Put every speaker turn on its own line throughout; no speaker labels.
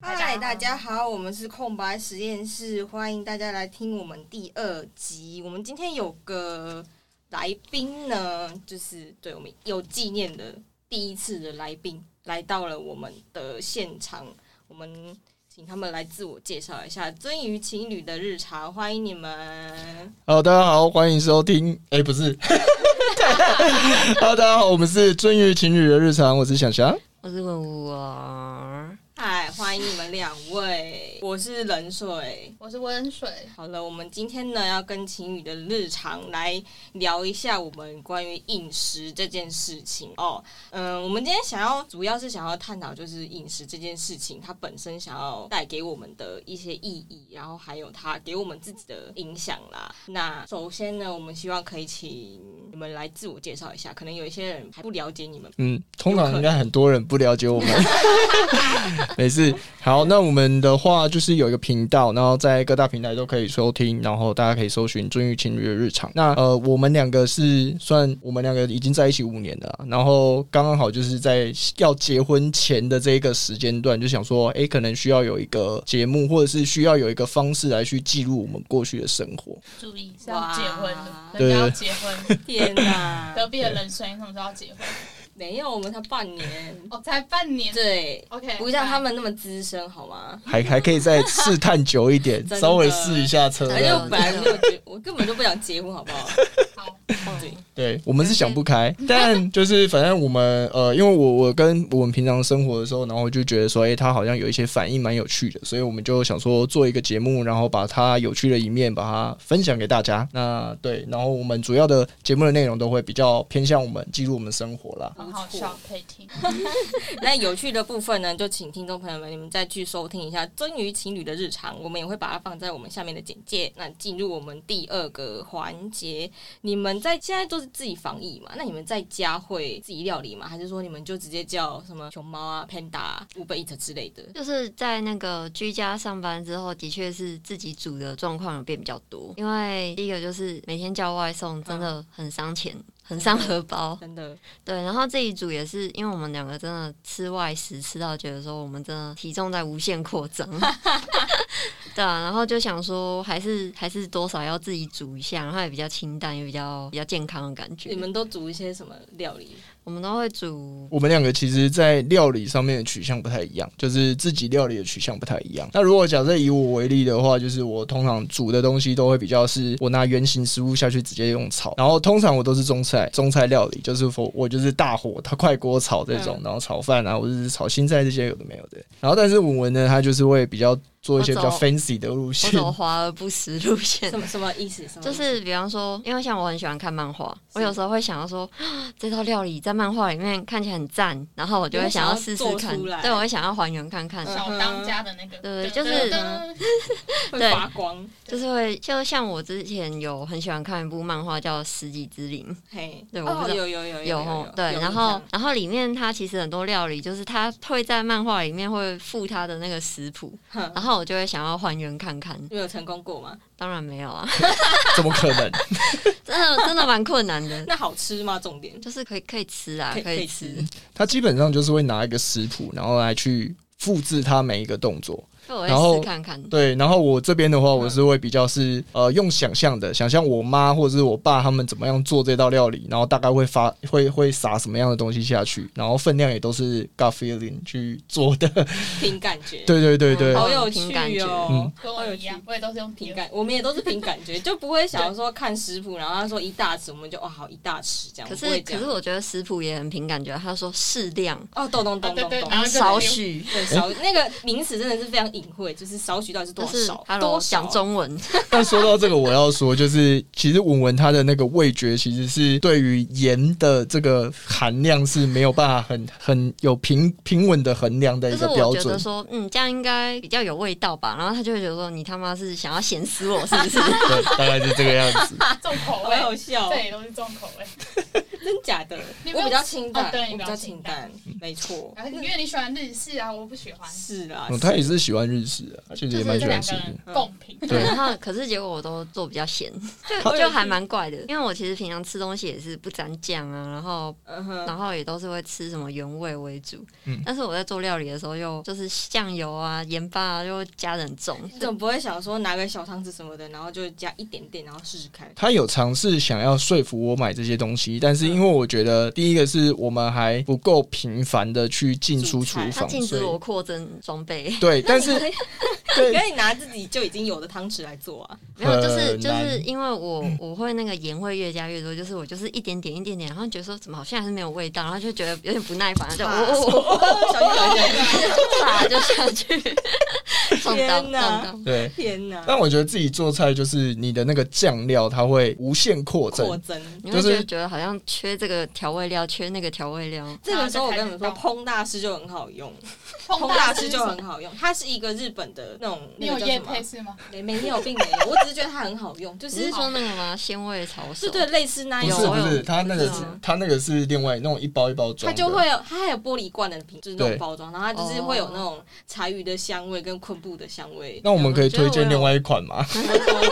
嗨，大家好，我们是空白实验室，欢迎大家来听我们第二集。我们今天有个来宾呢，就是对我们有纪念的第一次的来宾来到了我们的现场，我们请他们来自我介绍一下《鳟鱼情侣的日常》，欢迎你们。
Hello，大家好，欢迎收听。哎、不是 ，Hello，大家好，我们是鳟鱼情侣的日常，我是想想。
我是文武儿，
嗨，欢迎你们两位，我是冷水。
我是温水，
好了，我们今天呢要跟晴雨的日常来聊一下我们关于饮食这件事情哦。嗯，我们今天想要主要是想要探讨就是饮食这件事情，它本身想要带给我们的一些意义，然后还有它给我们自己的影响啦。那首先呢，我们希望可以请你们来自我介绍一下，可能有一些人还不了解你们。
嗯，通常应该很多人不了 解我们，没事。好，那我们的话就是有一个频道，然后在各大平台都可以收听，然后大家可以搜寻“鳟鱼情侣的日常”。那呃，我们两个是算我们两个已经在一起五年了啊，然后刚刚好就是在要结婚前的这个时间段，就想说，诶，可能需要有一个节目，或者是需要有一个方式来去记录我们过去的生活。
注意是
哇
要结婚的，人家要结婚，
天 哪，
隔壁的人生什么时候要结 婚？
没有，我们才半年，
哦，才半年
对，
，OK，
不像他们那么资深好吗？
还还可以再试探久一点
真，的
稍微试一下车
反
哎
正
呦
辆。
我本来没有结，我根本就不想结婚，好 不好？
好，
对，
对，我们是想不开， 但就是反正我们呃，因为我我跟我们平常生活的时候，然后我就觉得说，哎、他好像有一些反应蛮有趣的，所以我们就想说做一个节目，然后把他有趣的一面把它分享给大家。那对，然后我们主要的节目的内容都会比较偏向我们记录我们生活啦。
很好笑，可以听。
那有趣的部分呢，就请听众朋友们你们再去收听一下《鳟鱼情侣的日常》，我们也会把它放在我们下面的简介。那进入我们第二个环节，你们在现在都是自己防疫嘛？那你们在家会自己料理吗？还是说你们就直接叫什么熊猫啊、panda 啊、Uber Eat 之类的？
就是在那个居家上班之后，的确是自己煮的状况有变比较多。因为第一个就是每天叫外送，真的
嗯
很伤钱， 很伤荷包。
真的，
对，然后自己煮也是，因为我们两个真的吃外食吃到觉得说我们真的体重在无限扩张。 对啊，然后就想说还是还是多少要自己煮一下，然后也比较清淡，也比较比较健康的感觉。
你们都煮一些什么料理？
我们都会煮
我们两个其实，在料理上面的取向不太一样，就是自己料理的取向不太一样。那如果假设以我为例的话，就是我通常煮的东西都会比较是我拿原型食物下去直接用炒，然后通常我都是中菜，中菜料理就是我我就是大火它快锅炒这种
嗯，
然后炒饭啊，或者是炒青菜这些有的没有的。然后但是文文呢，他就是会比较做一些比较
我走
fancy 的路
我
线，
走华而不实路线
什。么什么意思？什么意思
就是比方说，因为像我很喜欢看漫画，我有时候会想要说，啊这道料理在漫画里面看起来很赞，然后我就会想要试试
你会想要
看
做出来，
对我会想要还原看
嗯
看，
小当家的 那个，
对
噔
就
噔
是
噔
会
对
发光，
就是会就像我之前有很喜欢看一部漫画叫《十级之灵
嘿，
对我
哦
不知道
有有有》，
有哦对，
有
然
印
后
象
然后里面它其实很多料理，就是它会在漫画里面会附它的那个食谱，
哼
然后我就会想要还原看看，
你有成功过吗？
当然没 有啊，
怎么可能？
真的真的蛮困难的，
那好吃吗？重点
就是可以可以吃啊
可以，
可
可以
以
吃
吃。
他基本上就是会拿一个食谱，然后来去复制他每一个动作。
就我
然后
会试看看。
对，然后我这边的话，我是会比较是呃用想象的，想象我妈或者是我爸他们怎么样做这道料理，然后大概会发会会撒什么样的东西下去，然后分量也都是 gut feeling 去做的。
凭感觉，，
对对对对，
好有
啊凭感
趣
觉
哦
嗯。
跟我一样，我也都是用
凭
碟
感，我们也都是凭感觉，就不会想要说看食谱，然后他说一大匙，我们就哦好一大匙这样。
可
不
是
会这
可
样
是我觉得食谱也很凭感觉，他说适量，
哦，懂懂懂
啊对
懂
对
懂
哎
然，后就
少许，
对少那个名词真的是非常隐晦，就是少许到底是多
就是
少？
hello
多少
讲中文，
但说到这个，我要说就是，其实文文他的那个味觉其实是对于盐的这个含量是没有办法很很有平平稳的衡量的
就
一
是
个
我
标
觉得
准。
说，嗯，这样应该比较有味道吧。然后他就会觉得说，你他妈是想要咸死 我是不是？
对，大概是这个样子。
重口
好
味，
好笑哦，
这里都是重口味。
真假的？
你没
我
有
比较清淡，
哦对
我
你比
比
较
较
清
清淡，没错。
然后因为你喜欢日式啊，我不喜 欢，
是啊，
嗯，他也是喜欢日式的，他其实
就
也
是
蛮
这
喜欢
两
吃
个
的
嗯
人。共频。
对，
然后可是结果我都做比较咸，
好
就就还蛮怪的。因为我其实平常吃东西也是不沾酱啊，然后
嗯哼，
然后也都是会吃什么原味为主。
嗯
但是我在做料理的时候又，就是酱油啊、盐巴啊，就加的很重。
你总不会想说拿个小汤匙什么的，然后就加一点点，然后试试看。
他有尝试想要说服我买这些东西，但是因为
嗯
我觉得第一个是我们还不够频繁的去进出厨
煮菜
它
房，
禁
所
止我
以
扩增装备，
对，但是
那 你可以
对
可以拿自己就已经有的汤匙来做啊。
没有，就是
很
就
难
是因为我我会那个盐会越加越多，就是我就是一点点一点点，然后觉得说怎么好像还是没有味道，然后就觉得有点不耐烦，就哦
啊
我我我
小心小心！
啪就下去，撞到
天
撞
哪
到。
对。
天 哪，
但我觉得自己做菜就是你的那个酱料，它会无限扩
扩
增。
增。
你
就
会觉
是
得觉得好像缺这个调味料，缺那个调味料，
这个时候我跟你们说，
然后
烹大师就很好用，
碰
烹大
是
师
什
就
么
很好用。它是一个日本的那种，
你
那
有
个叫
夜
什么啊
配？是吗？
没没有，并没有。我只是觉得它很好用，就
只
是
是说那个吗？鲜味炒手，
是对类似那
不
一
是
有
种
不
我。
是，
有
它那个是
知道
它那个是另外那种一包一包装
它
的，
就会有，它还有玻璃罐的瓶，就是那
对
种包装，然后它就是
哦
会有那种柴鱼的香味跟昆布的香味。
那我们可以推
我觉
荐
得我有
另外一款吗？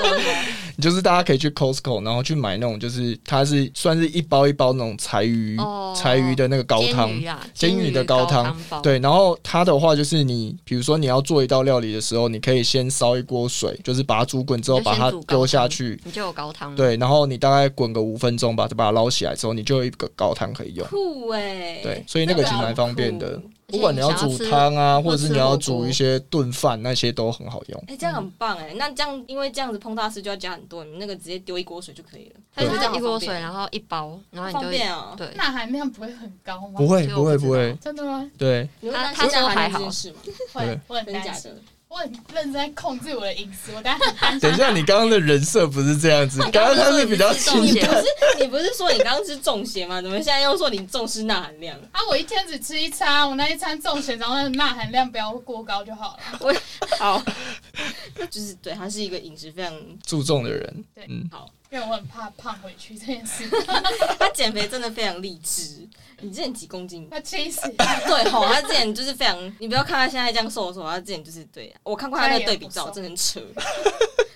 就是大家可以去 Costco，然后去买那种，就是它是算是一包一包那种柴鱼、
哦
柴鱼的那个高汤
煎，鱼啊，
煎鱼的高汤
煎鱼包，
对，然后它的话就是你，比如说你要做一道料理的时候，你可以先烧一锅水，就是把它煮滚之后
你就
把
先
它
煮高
丢下
汤嗯
去，
你就有高汤了。
对，然后你大概滚个五分钟吧，再把它捞起来之后，你就有一个高汤可以用。
酷哎，
对，，所以那个其实蛮方便
啊
的，不管你要煮
而且你想要
汤啊，
或
或者是
吃
你要
火
煮
锅
一些炖饭，那些都很好用。
哎，这样很棒哎。那这样，因为这样子烹大师就要加很多，你们那个直接丢一锅水就可以了。
它就
这样
是
好
一锅
方
水，
便
然后一包，然后你就
好方便哦。
对，
那含量不会很高吗？
不会，
这个
不
我
会，
不
不
知
会
道，
真的吗？
对，
你会
他
担
他
心
说
含
还
这件
好
事吗？
对
会，我很
真
担
假
心，
的？
我很认真在控制我的饮食，我大家很担心
等一下，你刚刚的人设不是这样子，刚刚他是比较清
你
淡
不。
你不是说你刚刚吃中邪吗？怎么现在又说你重视钠含 量？
啊！我一天只吃一餐，我那一餐重咸，然后钠含量不要过高就好了。
好， 就是对，他是一个饮食非常
注重的人
对，
嗯，
因为我很怕胖回去这件事。
他减肥真的非常励志。你之前几公斤？
那气死！
对吼，他之前就是非常，你不要看他现在这样瘦的时候，他之前就是对啊我看过他那个对比照，真的很扯，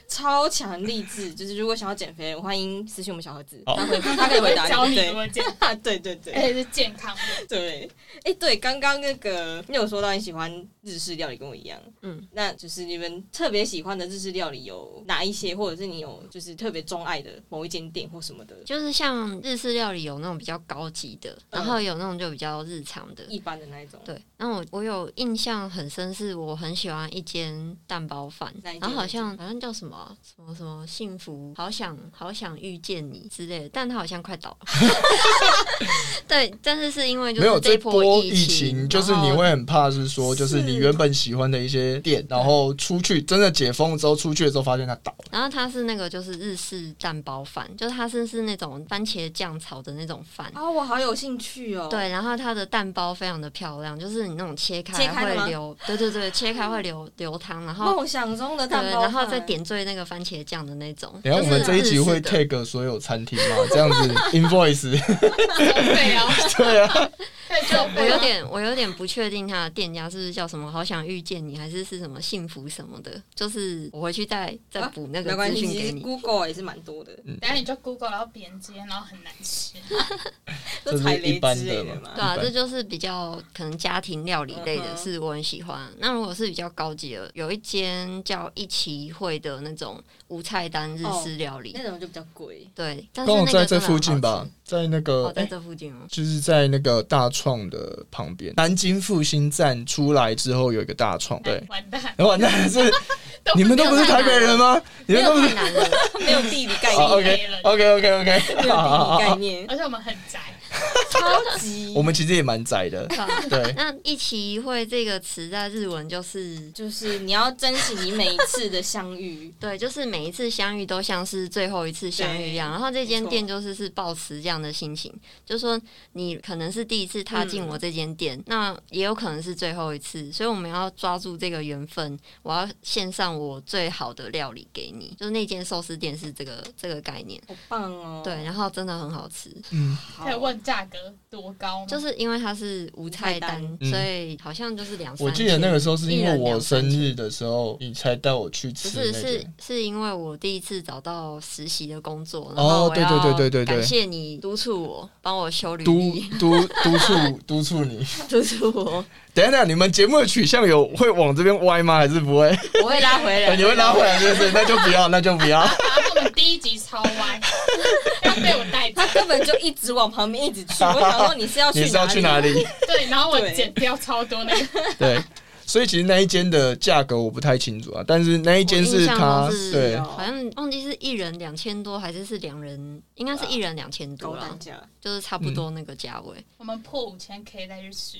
超强励志。就是如果想要减肥，我欢迎私信我们小盒子，他会他可以回答
教
你。
你怎
对，
么减，
啊，对对 对。
而且是健康的。
对，哎、对，刚刚那个你有说到你喜欢日式料理，跟我一样，
嗯，
那就是你们特别喜欢的日式料理有哪一些，或者是你有就是特别钟爱的某一间店或什么的，
就是像日式料理有那种比较高级的，然后有那种就比较日常的。
嗯一般的那一种，
对，那我我有印象很深，是我很喜欢一间蛋包饭
哪一，间
然后好像好像叫什么啊什么什么幸福，好想好想遇见你之类的，但它好像快倒了。 对，但是是因为就
没有
是
这
波
波疫
情，
情，就是你
然后
会很怕，是说就是你
是
原本喜欢的一些店，然后出去真的解封之后，出去的时候发现它倒了。
然后它是那个就是日式蛋包饭，就是它是是那种番茄酱炒的那种饭。
啊，我好有兴趣哦，，
对，然后它的蛋包非常的漂亮，就是你那种切开
切开的吗
会流，对对对，切开会流流汤，然后
梦想中的
对，
蛋包
然后
饭
再，点缀那个番茄酱的那种。
等一下
就
我
是
们这一集会
日式的
tag 所有餐厅嘛，这样 子 invoice
对 啊，
对啊，
对，就
我
啊
有点，我有点不确定它的店家是不是叫什么“好想遇见你”，还是是什么“幸福”什么的。就是我回去再再补那
啊没
个
关
资
系，
讯
其
给
实
你。
Google 也是蛮多的，
等下你就 Google 然后别人接，然
啊
后很难吃。
都
这
踩
是一
雷
般
之类
的嘛
嘛
对。啊，
明白
这就是比较可能家庭料理类
嗯
的，
哼
是我很喜欢。那如果是比较高级的，有一间叫一期会的那种无菜单日
哦
式料理，
那种就比较贵，
对，但是
刚好
那
在
个
这
真的很
附
好
近吧呃哎
吃，，
在那个
哦，在
诶
这附近哦。
就是在那个大创的旁边，南京复兴站出来之后有一个大创，对，
完蛋，
哎
然后那 是你们都不是台北人吗？你
没
们
有
都不是
太难了，
没有地理概
哦
念，
OK OK OK OK，
没有地理概念，
而且我们很宅，
超级
我们其实也蛮窄的，
对啊
对，
那一期一会这个词在日文就是。。
就是你要珍惜你每一次的相遇
对，就是每一次相遇都像是最后一次相遇一样。
对
然后这间
没错
店就是是抱持这样的心情，就说你可能是第一次踏进
嗯
我这间店，那也有可能是最后一次，所以我们要抓住这个缘分。我要献上我最好的料理给你，就是那间寿司店是这个这个概念。
好棒哦！
对，然后真的很好吃，
嗯，
好
可以问价格多高吗？
就是因为它是无菜单，
无
菜单
所以好像就是两三
嗯
千。
我记得那个时候是因为
一人
我
两三
生
千
日的时候，你才带我去
不
吃
是，
那
是
间。
是因为我第一次找到实习的工作，然
哦
后我要
对对对对对对
感谢你督促我，帮我修履
督
历，
督督促督促你，
督促我，
等一下，你们节目的取向有会往这边歪吗？还是不会？
我会拉回
啊
来，
哦你会拉回来，对不对？那就不要，那就不 要。
然后我们第一集 超歪，要被我带走
他。根本就一直往旁边一直 去。我想说你是要去
你是要去哪
里？
里？
对，然后我
对
剪掉超多那个，
对，所以其实那一间的价格我不太清楚啊，但是那一间
我印象
他
中是
对
哦
好像忘记是一人两千多还是是两人，应该是一人两千
高
多
单
啦，
价，
就是差不多那个价位。
我们破五千 K 再去吃。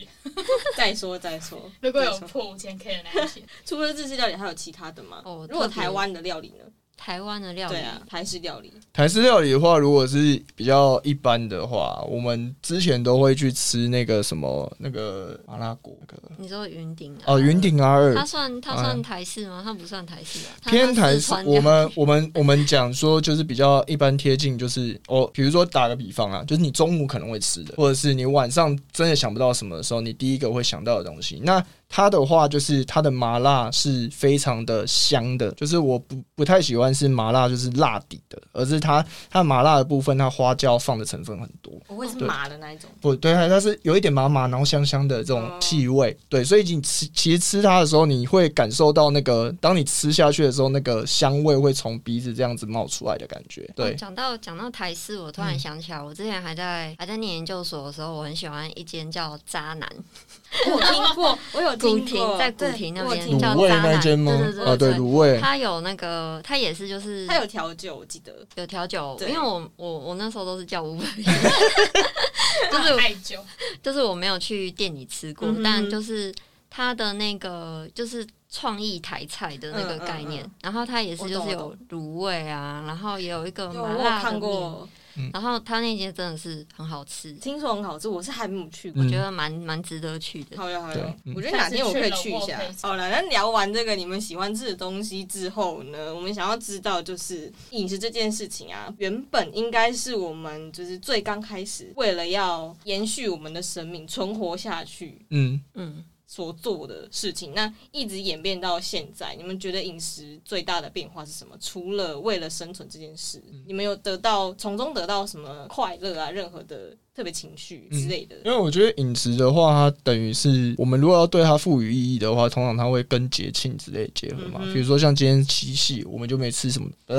再说再说。
如果有
再说
破五千 K 的那一天，
除了日式料理，还有其他的吗？
哦
如果
特别
台湾的料理呢？
台湾的料理
对，啊，台式料理。
台式料理的话，如果是比较一般的话，我们之前都会去吃那个什么那个麻辣锅，那个
你说云顶啊
哦云，顶 R
它
二
算它算台式吗？它不算台式啊，它
偏台
它
式
四川。料
我们我们我们讲说就是比较一般贴近，就是哦，比如说打个比方啊，就是你中午可能会吃的，或者是你晚上真的想不到什么的时候，你第一个会想到的东西。那它的话就是它的麻辣是非常的香的，就是我不不太喜欢是麻辣就是辣底的，而是它它麻辣的部分，它花椒放的成分很多。
我会是
对
麻的那一种，
不对，它它是有一点麻麻，然后香香的这种
哦
气味。对，所以你吃其实吃它的时候，你会感受到那个，当你吃下去的时候，那个香味会从鼻子这样子冒出来的感觉。
哦
对，嗯
讲到讲到台式，我突然想起来，我之前还在还在念研究所的时候，我很喜欢一间叫渣男
我有听过，我有
古
听
亭，
过，
在古
对
亭那
我有
边
听
叫
卤
过
味
渣
那
男，
间吗？
对对
哦，对，
对
卤味。
它有那个，它也是就是
它有调酒，我记得
有调酒，因
对
为我我我那时候都是叫 Uber，
就是太久，
就是我没有去店里吃过
嗯，哼
但就是它的那个就是。创意台菜的那个
嗯嗯
概念，
嗯
然后它也是
我
就
懂
是
我
有卤味啊，然后也有一个
有
麻
我有
辣的
看
面，
过，
然后它那间真的是很好吃，
听说很好吃，我是还没有去过。
我觉
嗯，
得蛮蛮值得去的。
好呀好呀
对，嗯
我觉得哪天我可以去一下
下次去。
好了，那聊完这个你们喜欢吃的东西之后呢，我们想要知道就是饮食这件事情啊，原本应该是我们就是最刚开始为了要延续我们的生命存活下去
嗯，
嗯，
所做的事情，那一直演变到现在，你们觉得饮食最大的变化是什么？除了为了生存这件事，
嗯
你们有得到从中得到什么快乐啊？任何的特别情绪之类的？
因为我觉得饮食的话，它等于是我们如果要对它赋予意义的话，通常它会跟节庆之类结合嘛。
嗯哼
比如说像今天七夕，我们就没吃什么，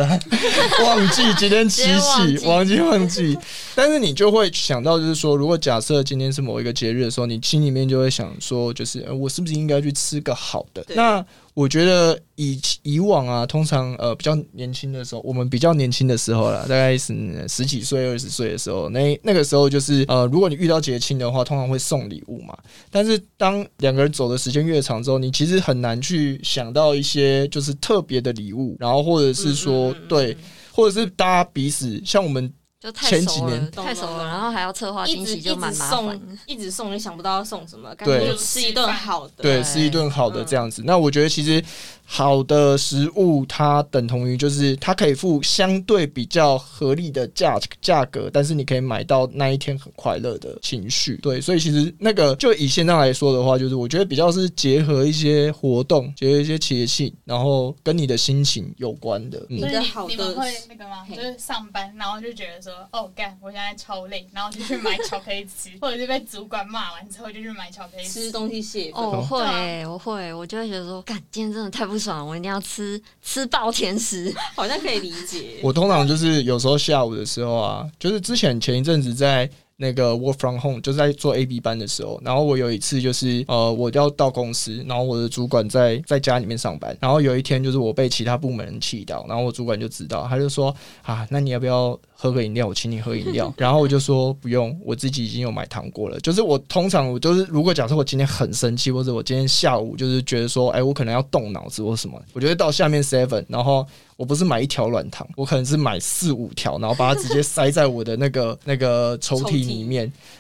忘记今天七
直
夕，
接
忘记忘记。但是你就会想到，就是说，如果假设今天是某一个节日的时候，你心里面就会想说，就是、呃我是不是应该去吃个好的？
对
那我觉得以以往啊，通常呃比较年轻的时候，我们比较年轻的时候啦，大概是嗯十几岁、二十岁的时候，那那个时候就是呃，如果你遇到节庆的话，通常会送礼物嘛。但是当两个人走的时间越长之后，你其实很难去想到一些就是特别的礼物，然后或者是说、
嗯嗯嗯嗯
对，或者是大家彼此像我们
就太
前几
熟了，
年
太熟
懂
了，
了
然后还要策划
一
惊
直
喜
一
就蛮
直
麻烦哦的。
送，一直送，你想不到要送什么，干
对
脆就吃一顿好的。嗯
对
对
吃一顿好的这样子。那我觉得其实好的食物它等同于就是它可以付相对比较合理的价价格，但是你可以买到那一天很快乐的情绪。对，所以其实那个就以现在来说的话，就是我觉得比较是结合一些活动，结合一些节气，然后跟你的心情有关的。嗯
你
所以
的好
你们
的
会那个吗？
嘿
就是上班，然后就觉得说，哦，干，我现在超累，然后就去买巧克力吃， 或者是被主管骂完之后就去买巧克力
吃
吃。
东西泄愤。
哦，我会、
对啊
我会，我就会觉得说，干，今天真的太不爽了，我一定要吃吃爆甜食。
好像可以理解。
我通常就是有时候下午的时候啊，就是之前前一阵子在那个 work from home，就是在做 A B 班的时候，然后我有一次就是呃，我要到公司，然后我的主管在在家里面上班，然后有一天就是我被其他部门人气到，然后我主管就知道，他就说啊，那你要不要喝个饮料？我请你喝 饮料。然后我就说不用，我自己已经有买糖果了。就是我通常我就是，如果假设我今天很生气，或者我今天下午就是觉得说，哎、我可能要动脑子或什么，我就会到下面 seven，然后我不是买一条软糖，我可能是买四五条，然后把它直接塞在我的 那个那个抽
抽
屉
屉
里面。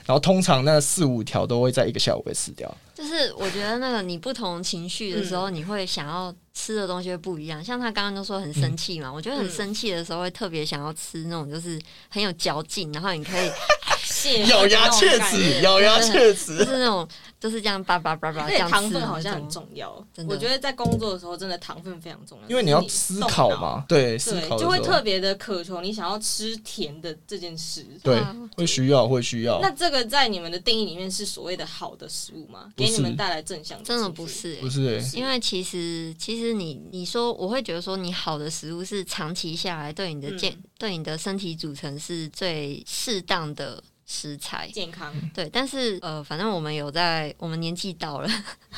然后通常那四五条都会在一个下午被吃掉。
就是我觉得那个你不同情绪的时候，你会想要吃的东西会不一样。像他刚刚就说很生气
嗯
嘛，我觉得很生气的时候会特别想要吃那种就是很有嚼劲，然后你可以
蟹
咬牙
那种
切
感
齿，
觉
咬牙切
就
齿。
是那种就是这样叭叭叭叭
而
这
且
样吃。
糖分好像很。重要
真，的
我觉得在工作的时候，真的糖分非常重要，
因为你要
就是
思
你动
考
脑，
嘛，对，思
对
考，的
就会
时候
特别的渴求你想要吃甜的这件事。
对
啊，
会需要，会需要。
嗯那这个在你们的定义里面是所谓的好的食物吗？
不
给
是
你们带来正向的
真的
情绪
不是、欸
不，是、欸，
因为其实其实你你说我会觉得说你好的食物是长期下来对你的健、对你的身体组成是最适当的食材，
健康，
对，但是呃，反正我们有在，我们年纪到了，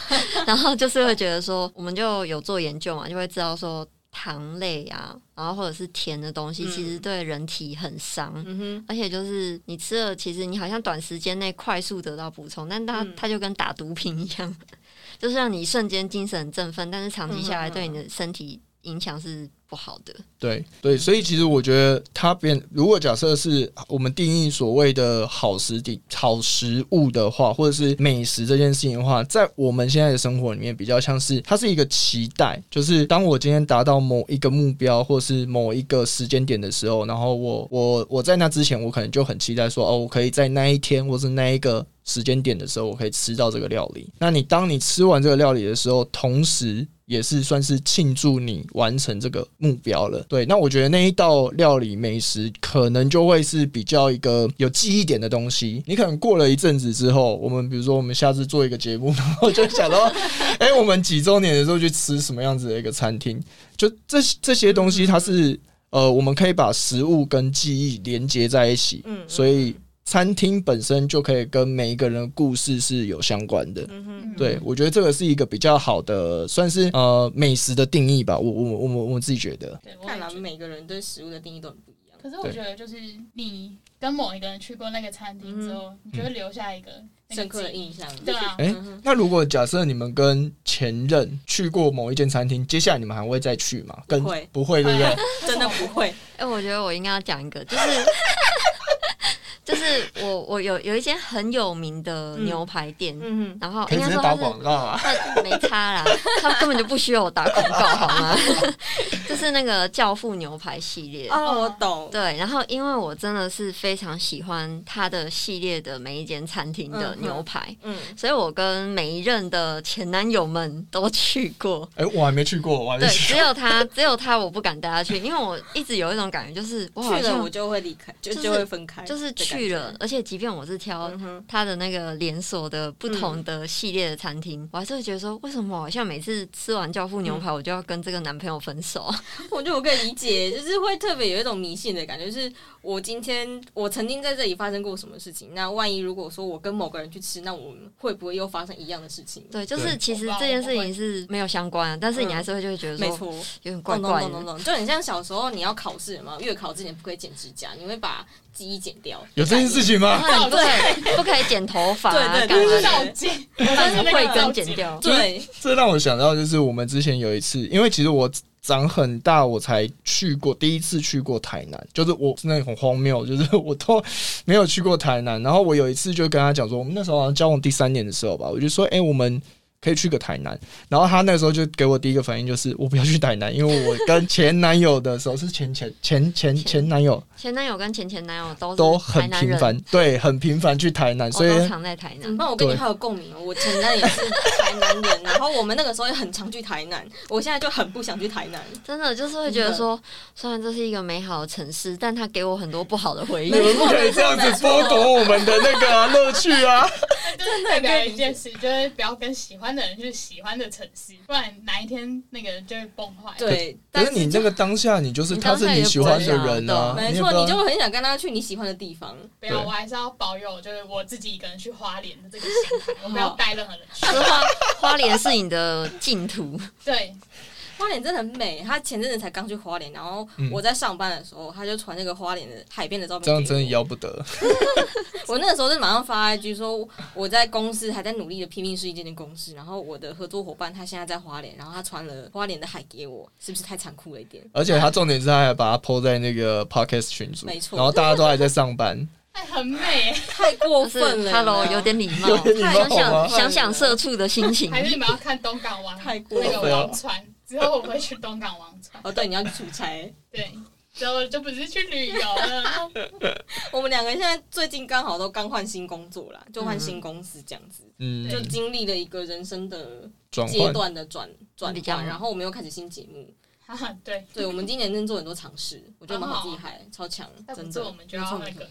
然后就是会觉得说，我们就有做研究嘛，就会知道说糖类啊，然后或者是甜的东西，
嗯
其实对人体很伤。
嗯哼，
而且就是你吃了，其实你好像短时间内快速得到补充，但它、
嗯
它就跟打毒品一样， 就是让你瞬间精神很振奋，但是长期下
嗯
来
嗯嗯
对你的身体影响是不好的。
对对，所以其实我觉得它变，如果假设是我们定义所谓的好食底好食物的话，或者是美食这件事情的话，在我们现在的生活里面，比较像是它是一个期待，就是当我今天达到某一个目标，或是某一个时间点的时候，然后我我我在那之前，我可能就很期待说，哦，我可以在那一天，或是那一个。时间点的时候，我可以吃到这个料理。那你当你吃完这个料理的时候，同时也是算是庆祝你完成这个目标了。对，那我觉得那一道料理美食可能就会是比较一个有记忆点的东西。你可能过了一阵子之后，我们比如说我们下次做一个节目，然后就想到， 哎、我们几周年的时候去吃什么样子的一个餐厅，就这这些东西，它是呃，我们可以把食物跟记忆连接在一起。
嗯，
所以餐厅本身就可以跟每一个人的故事是有相关的。
嗯哼，
嗯
对，我觉得这个是一个比较好的，算是呃美食的定义吧。我我我我我自己觉得，
对，我也
看来
觉得
每个人对食物的定义都很不一样。
可是我觉得就是你跟某一个人去过那个餐厅之后，你就会留下一个
嗯
那个
深刻的
记忆
印象，
对啊，
哎、
哼
那如果假设你们跟前任去过某一间餐厅，接下来你们还会再去吗？跟
不会
不 会，对不对？
真的不会，
哎、我觉得我应该要讲一个，就是就是我我有有一间很有名的牛排店，
嗯
然后
可
应
以直
该
接
说
打
它是
广告啊。
它没差啦，它根本就不需要我打广告好吗？ 就是那个教父牛排系列。
哼，哦，我懂，
对，然后因为我真的是非常喜欢它的系列的每一间餐厅的
嗯嗯
牛排，
嗯，
所以我跟每一任的前男友们都去过。
哎、我还没去过，我还没
对，
去。
只有他，只有他，我不敢带他去，因为我一直有一种感觉，就是我好
去了
像
我就会离开，就
就是
就会分开，
就是去了，，而且即便我是挑
嗯哼，
它的那个连锁的不同的系列的餐厅，我还是会觉得说，为什么我好像每次吃完教父牛排，我就要跟这个男朋友分手？
我觉得我可以理解，就是会特别有一种迷信的感觉，就是我今天我曾经在这里发生过什么事情，那万一如果说我跟某个人去吃，那我们会不会又发生一样的事情？
对，就是其实这件事情是没有相关的，但是你还是会就会觉得
没
说
错，
有点怪
懂懂
怪
懂懂
的。
懂，就很像小时候你要考试嘛，月考之前不可以剪指甲，你会把记忆剪掉，
有这件事情吗？
啊，对，不可以剪头发啊，
对对
干嘛
对
的？
照 镜，
把
那
你
个
慧
照
根
镜
剪。掉。
对，
这让我想到，就是我们之前有一次，因为其实我长很大，我才去过第一次去过台南，就是我真的很荒谬， 就是我都没有去过台南。然后我有一次就跟他讲说，我们那时候好像交往第三年的时候吧，我就说，哎、我们。可以去个台南，然后他那时候就给我第一个反应就是我不要去台南，因为我跟前男友的时候是前 前前前前男友
前男友跟前前男友都
都
都
很频繁，对，很频繁去台南，
我
所以
都藏在台南。
那我跟你
对
还有共鸣哦，我前男也是台南人，然后我们那个时候也很常去台南，我现在就很不想去台南。
真的就是会觉得说，虽然这是一个美好的城市，但它给我很多不好的回忆
你。们不可以这样子剥夺我们的那个啊乐趣啊！
就是代表一件事，就是不要跟喜欢的人去喜欢的城市，不然哪一天那个人就会崩坏。
对，
可
但
是你那
就
个当下，你就是
你
他
当
是
下
你
也
喜
不
欢
会
的
想
人啊，
没
你也
错，
不
你
知
就
道
会很想跟他去你喜欢的地方。
不要，
对
我还是要保有就是我自己一个人去花莲的这个心态，我不要带任何人 去。
说花花莲是你的净土，
对，
花莲真的很美，他前阵子才刚去花莲，然后
嗯
我在上班的时候，他就传那个花莲的海边的照片。
这样真的。要不得。
我那个时候就马上发一句说，我在公司还在努力的拼命是一间间公司，然后我的合作伙伴他现在在花莲，然后他传了花莲的海给我，是不是太残酷了一点？
而且他重点是他还把它抛在那个 podcast 群组，
没错
然后大家都还在上班，
哎，很美，
太过
就是
分了
Hello 有
有没有
点礼貌
有，点礼
想
貌吗
想想想社畜的心情。
还是你们要看东 港王
太过
那
分
个
了
王船？之后我会去东港王船，
哦，对，你要去出差。
对，之后就不是去旅游 了。
我们两个现在最近刚好都刚换新工作啦，就
嗯
换新公司这样子，
嗯，
就经历了一个人生的
转
阶
换。
段的转转
比较
换，然后我们又开始新节目。
啊，对，
对，我们今年真的做很多尝试，我觉得蛮好厉害，超强，
再不
真
做
的。
我们就要那
没错
个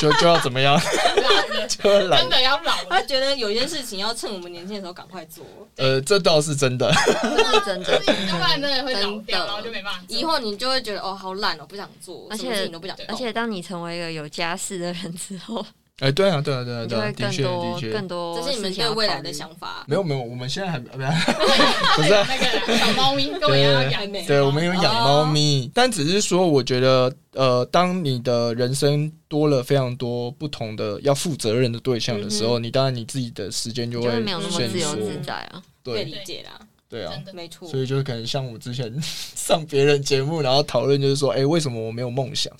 就就要怎么样？
老了，
就要懒
真。的要老
他
了。
觉得有一件事情要趁我们年轻的时候赶快做，
呃，这倒是真的。
这是真
就
的，
是要不然真的会老
真的
掉，然后就没办法做。
以后你就会觉得哦，好懒哦，不想做，
而且
什么事情都不想动。
而且当你成为一个有家室的人之后，
哎，对啊，对啊，对啊，对
你就
啊，的
会更
确，的
多
确。
更多
这是你们
事情
对
要
未
考
来的
虑
想法。
没有没有，我们现在还 不
不
是不是啊
那个小猫咪，跟我一样要养
对哦
猫
对，我们有养猫咪，但只是说，我觉得，呃，当你的人生多了非常多不同的要负责任的对象的
嗯
时候，你当然你自己的时间就
就
会
会没有那么
限
自由
缩
自在啊。
被
对
理解啦，
对啊
真，的
没错
所。以就是可能像我之前 上别人节目，然后讨论就是说，哎、为什么我没有梦想？
哦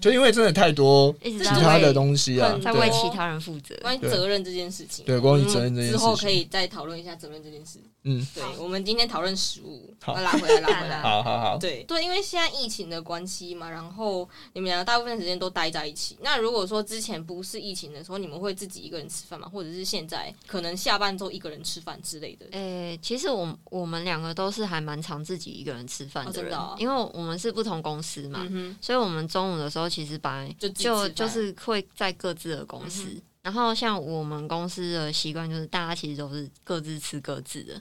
就因为真的太多
一
其
直在
他的
为
东西啊，
很
在
多
为
对
其他人负责，
关于
对
责任这件事情，嗯
对关于责任这件事情
之后可以再讨论一下责任这件事。
嗯，
对
好，
我们今天讨论食物，
好
要拉回来，拉 回来。
好好好，
对对，因为现在疫情的关系嘛，然后你们两个大部分时间都待在一起。那如果说之前不是疫情的时候，你们会自己一个人吃饭吗？或者是现在可能下班之后一个人吃饭之类的？
诶、其实我我们两个都是还蛮常自己一个人吃饭
哦真
人，
的哦
因为我们是不同公司嘛，
嗯哼，
所以我们中午的时候其实本来
就自己吃
就
饭
是会在各自的公司。
嗯
然后像我们公司的习惯就是，大家其实都是各自吃各自的，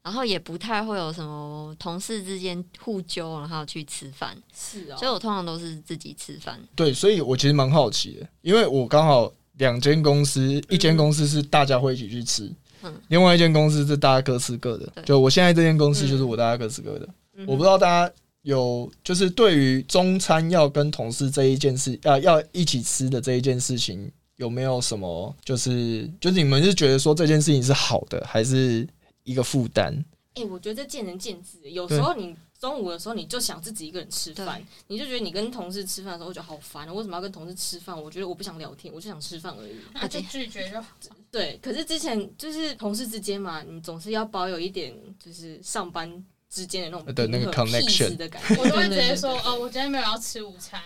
然后也不太会有什么同事之间互揪，然后去吃饭。
是
所以
哦，
我通常都是自己吃饭。
对，所以我其实蛮好奇的，因为我刚好两间公司，一间公司是大家会一起去吃，
嗯
另外一间公司是大家各吃各的
对。
就我现在这间公司就是我大家各吃各的，
嗯
我不知道大家。有就是对于中餐要跟同事这一件事，啊，要一起吃的这一件事情，有没有什么就是就是你们是觉得说这件事情是好的，还是一个负担？
哎、我觉得这见仁见智。有时候你中午的时候，你就想自己一个人吃饭
对，
你就觉得你跟同事吃饭的时候，我觉得好烦哦，为什么要跟同事吃饭？我觉得我不想聊天，我就想吃饭而已。
那就拒绝就好。
对，可是之前就是同事之间嘛，你总是要保有一点就是上班之间的那种
的呃那个
平衡
connection
peace 的感觉，
我都会直
对对
接
对
说
对
哦，我今天没有要吃午餐，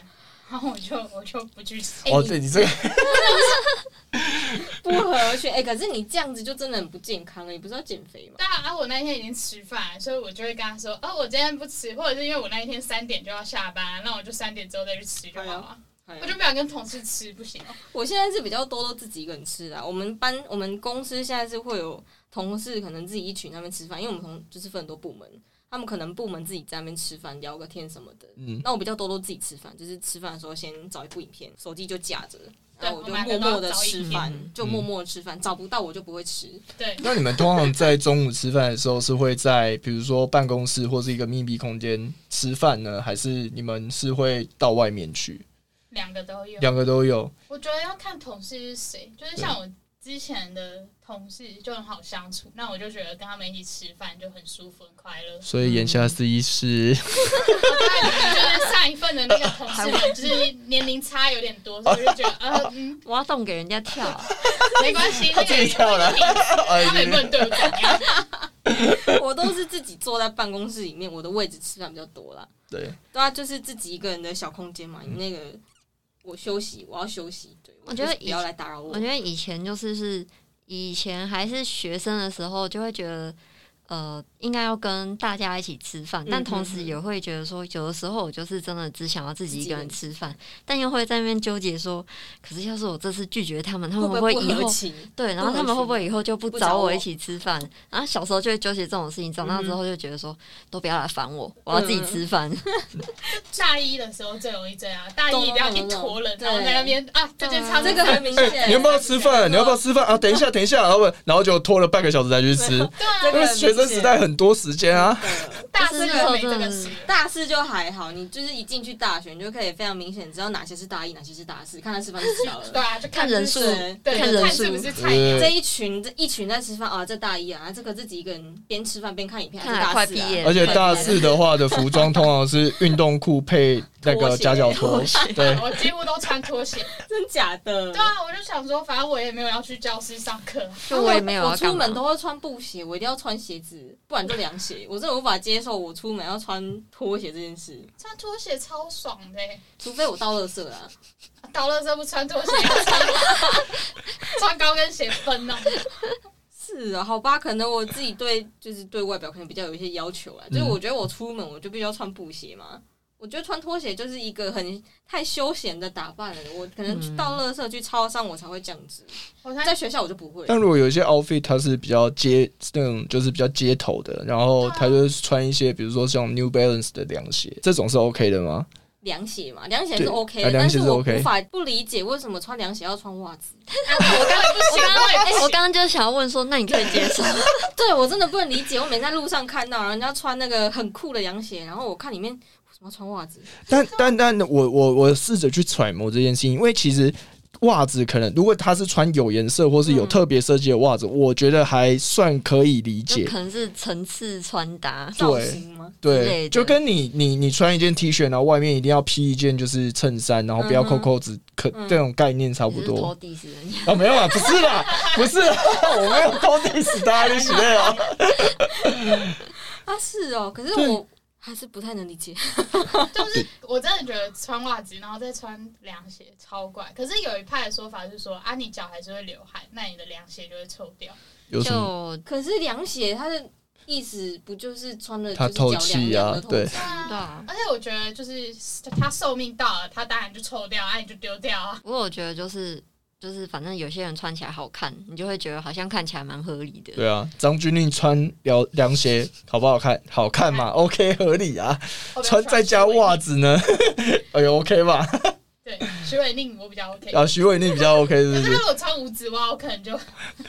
然后我就我就不去吃。
哎
哦，
你
对你这个
不合群。哎、可是你这样子就真的很不健康了，你不是要减肥吗？
但啊，我那一天已经吃饭，所以我就会跟他说，哦，我今天不吃，或者是因为我那一天三点就要下班，那我就三点之后再去吃就好了。
哎
我
呀
就不想跟同事吃，不行哦。
我现在是比较多都自己一个人吃的啊、我们班我们公司现在是会有同事可能自己一群在那边吃饭，因为我们同就是分很多部门，他们可能部门自己在那边吃饭聊个天什么的。
嗯，
那我比较多都自己吃饭，就是吃饭的时候先找一部影片，手机就架着，
对
然后我就
我们
默
两
默
个都
的
要找
吃
影
饭
嗯
片，
就默默地吃饭，找不到我就不会 吃。
对，
那你们通常在中午吃饭的时候，是会在比如说办公室或是一个密闭空间吃饭呢，还是你们是会到外面去？
两个都有。
两个都有。。
我觉得要看同事是谁，就是像我之前的同事就很好相处，那我就觉得跟他们一起吃饭就很舒服、很快乐
所以言下之意是，
就是上一份的那个同事们，就是年龄差有点多，所以我就觉得呃嗯，
挖洞给人家跳啊，
没关系，那个
己跳了
人会听
哎
他们也不能对我怎样。
我都是自己坐在办公室里面，我的位置吃饭比较多啦。
对，
对啊，就是自己一个人的小空间嘛。你那个我休息，我要休息。对，
我觉
就
得
是不
以
要来打扰我
我。觉得以前就是是以前还是学生的时候，就会觉得，呃，应该要跟大家一起吃饭，但
嗯
同时
嗯嗯
也会觉得说，有的时候我就是真的只想要自己一个人
自
吃饭，但又会在那边纠结说，可是要是我这次拒绝他们，他们
会
会
不会
以
合
后
情？
对，然后
不合
他们会
群
不会以后就不
不
找
找
我
我
一起吃饭？然后小时候就会纠结这种事情，长大之
嗯哼
后就觉得说，都不要来烦我，我要自己
嗯
吃饭。
大一的时候最容易这样，大一一定要一坨人，
懂
然后在那边啊， 这件差
这个很明显，
哎你要不要吃饭？你要不要吃饭啊？等一下，等一下，然后然后就拖了半个小时才去吃，因
对啊
这，个
为学生时代很多时间啊。
对
大四就没这个事了。
大四就还好，你就是一进去大学，你就可以非常明显知道哪些是大一，哪些是大四，看他吃饭就知道
对
了。
啊，就
看人数
是对，
看
就
人
看
数
是不是菜鸟。
这一群这一群在吃饭啊，这大一啊，这个自己一个人边吃饭边看影片，
看
还
来
是
快
大
毕
四啊。
业了，
而且大四的话的服装通常是运动裤配那个夹脚拖
拖鞋，
对，
我几乎都穿拖鞋。
真假的
对？啊，我就想说，反正我也没有要去教室上课。
就我也没有
我
要
出
干嘛
门都会穿布鞋，我一定要穿鞋子，不然就凉鞋。我真的无法接受我出门要穿拖鞋这件事，
穿拖鞋超爽的、欸，
除非我到垃圾啊。
到了这不穿拖鞋，穿穿高跟鞋分哦、
是啊，好吧，可能我自己对就是对外表可能比较有一些要求啊，就是我觉得我出门我就必须要穿布鞋嘛。我觉得穿拖鞋就是一个很太休闲的打扮了，我可能去到乐色去超商我才会这样子，
我才
在学校我就不会。
但如果有一些 outfit 它是比较街那种，就是比较街头的，然后它就是穿一些比如说像 New Balance 的凉鞋，这种是 OK 的吗？
凉鞋嘛，凉鞋
对
是 OK
啊
的，
凉
但
鞋
是
是
我
OK
无法不理解为什么穿凉鞋要穿袜子。
我当然不
我
行，
刚刚
我
哎
也不
我
行。
刚刚就想要问说，那你可以接受？
对我真的不能理解，我每次在路上看到人家穿那个很酷的凉鞋，然后我看里面为什么要穿袜子？
但但但我我我试着去揣摩这件事情，因为其实袜子可能如果它是穿有颜色或是
嗯
有特别设计的袜子，我觉得还算可以理
就
解。
可能是层次穿搭，
造型吗？
之类
对，
的
就跟你你你穿一件 T 恤，然后外面一定要披一件就是衬衫，然后不要
嗯
扣
哼
扣子，可
嗯
这种概念差不
你是
多
偷。地死人家。
啊，没有啦，不是 啦，不是啦，我没有偷 diss 大家的行为 啊。
啊，是哦，可是
对
我还是不太能理解。
就是我真的觉得穿袜子，然后再穿凉鞋超怪。可是有一派的说法是说，啊，你脚还是会流汗，那你的凉鞋就会臭掉。
有什么？
就
可是凉鞋它的意思不就是穿的
它
就是脚
透气
凉
啊
凉的透
对
气
啊
对啊
而且我觉得就是它寿命到了，它当然就臭掉，啊，你就丢掉 啊。
不过我觉得就是就是，反正有些人穿起来好看，你就会觉得好像看起来蛮合理的。
对啊，张钧甯穿凉凉鞋好不好看？好看嘛，OK 合理啊。
后面
穿再加袜子呢？ 哎呦，OK 吧？
对，徐伟宁我比较 OK。
啊，徐伟宁比较 OK 是不
可是
是
如？果穿五指袜，我可能就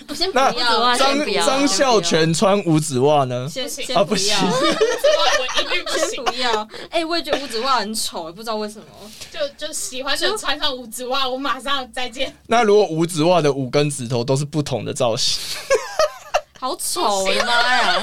不先不
那
要，
先
啊先
张
不要
张孝全穿五指袜呢？
先
不行
先
啊，
不
不行
要，，
我一律不
先
行，
不要。哎，我也觉得五指袜很丑，不知道为什么。
就就喜欢就穿上五指袜，我马上再 见。
那如果五指袜的五根指头都是不同的造型，
好丑！我的妈呀！